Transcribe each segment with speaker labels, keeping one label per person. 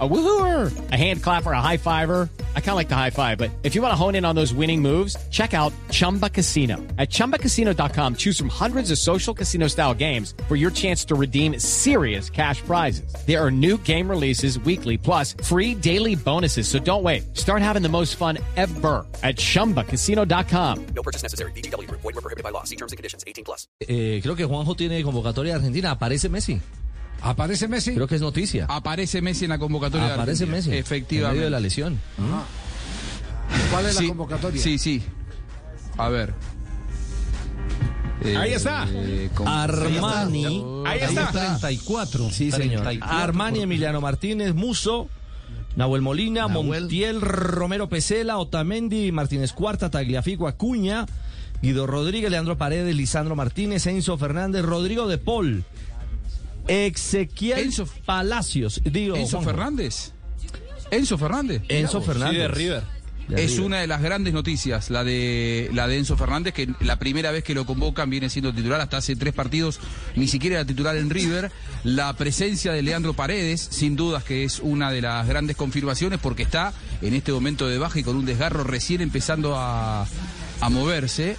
Speaker 1: A woohooer, a hand clapper, a high fiver. I kind of like the high five, but if you want to hone in on those winning moves, check out Chumba Casino. At chumbacasino.com, choose from hundreds of social casino style games for your chance to redeem serious cash prizes. There are new game releases weekly, plus free daily bonuses. So don't wait. Start having the most fun ever at chumbacasino.com.
Speaker 2: No purchase necessary. BGW. Void were prohibited by law. See terms and conditions. 18 plus.
Speaker 3: Eh, creo que Juanjo tiene convocatoria de Argentina. Aparece Messi.
Speaker 4: ¿Aparece Messi?
Speaker 3: Creo que es noticia.
Speaker 4: Aparece Messi en la convocatoria. Ah, de
Speaker 3: Aparece
Speaker 4: Argentina.
Speaker 3: Messi. En medio
Speaker 4: Efectivamente.
Speaker 3: de la lesión.
Speaker 4: ¿Cuál es
Speaker 5: la convocatoria?
Speaker 4: Sí, sí. A ver.
Speaker 5: Ahí está.
Speaker 4: Eh, con-
Speaker 3: Armani.
Speaker 5: Ahí está.
Speaker 3: 34. Sí, señor.
Speaker 5: 34.
Speaker 3: Armani, Emiliano Martínez, Muso. Nahuel Molina, Montiel, Romero Pesela, Otamendi, Martínez Cuarta, Tagliafico, Acuña, Guido Rodríguez, Leandro Paredes, Lisandro Martínez, Enzo Fernández, Rodrigo de Paul, Ezequiel
Speaker 4: Enzo-
Speaker 3: Palacios, digo,
Speaker 4: Enzo
Speaker 3: Juanjo.
Speaker 4: Fernández. Enzo Fernández.
Speaker 3: Enzo Fernández. de River.
Speaker 4: Es una de las grandes noticias, la de, la de Enzo Fernández, que la primera vez que lo convocan viene siendo titular, hasta hace tres partidos ni siquiera era titular en River. La presencia de Leandro Paredes, sin dudas que es una de las grandes confirmaciones, porque está en este momento de baja y con un desgarro recién empezando a, a moverse.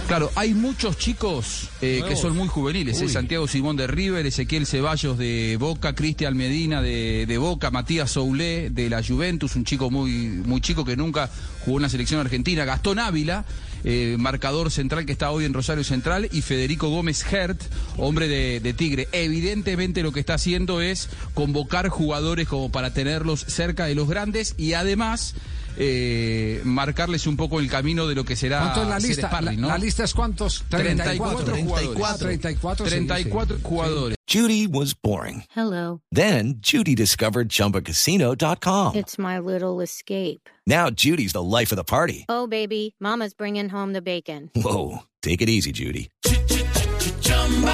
Speaker 4: Claro, hay muchos chicos eh, que son muy juveniles. eh, Santiago Simón de River, Ezequiel Ceballos de Boca, Cristian Medina de, de Boca, Matías Soulé de la Juventus, un chico muy, muy chico que nunca jugó en la selección argentina. Gastón Ávila, eh, marcador central que está hoy en Rosario Central, y Federico Gómez Hert, hombre de, de Tigre. Evidentemente lo que está haciendo es convocar jugadores como para tenerlos cerca de los grandes y además... eh, marcarles un poco el camino de lo que será
Speaker 5: ¿Cuánto es la
Speaker 4: ser
Speaker 5: lista?
Speaker 4: sparring, ¿no?
Speaker 5: ¿La, la lista es cuántos?
Speaker 4: 34
Speaker 5: 34. 34, sí, sí.
Speaker 4: 34 jugadores.
Speaker 6: Judy was boring.
Speaker 7: Hello,
Speaker 6: Then Judy discovered ChumbaCasino.com.
Speaker 7: it's my little escape.
Speaker 6: Now Judy's the life of the party.
Speaker 7: Oh, baby, Mama's bringing home the bacon.
Speaker 6: Whoa, take it easy, Judy.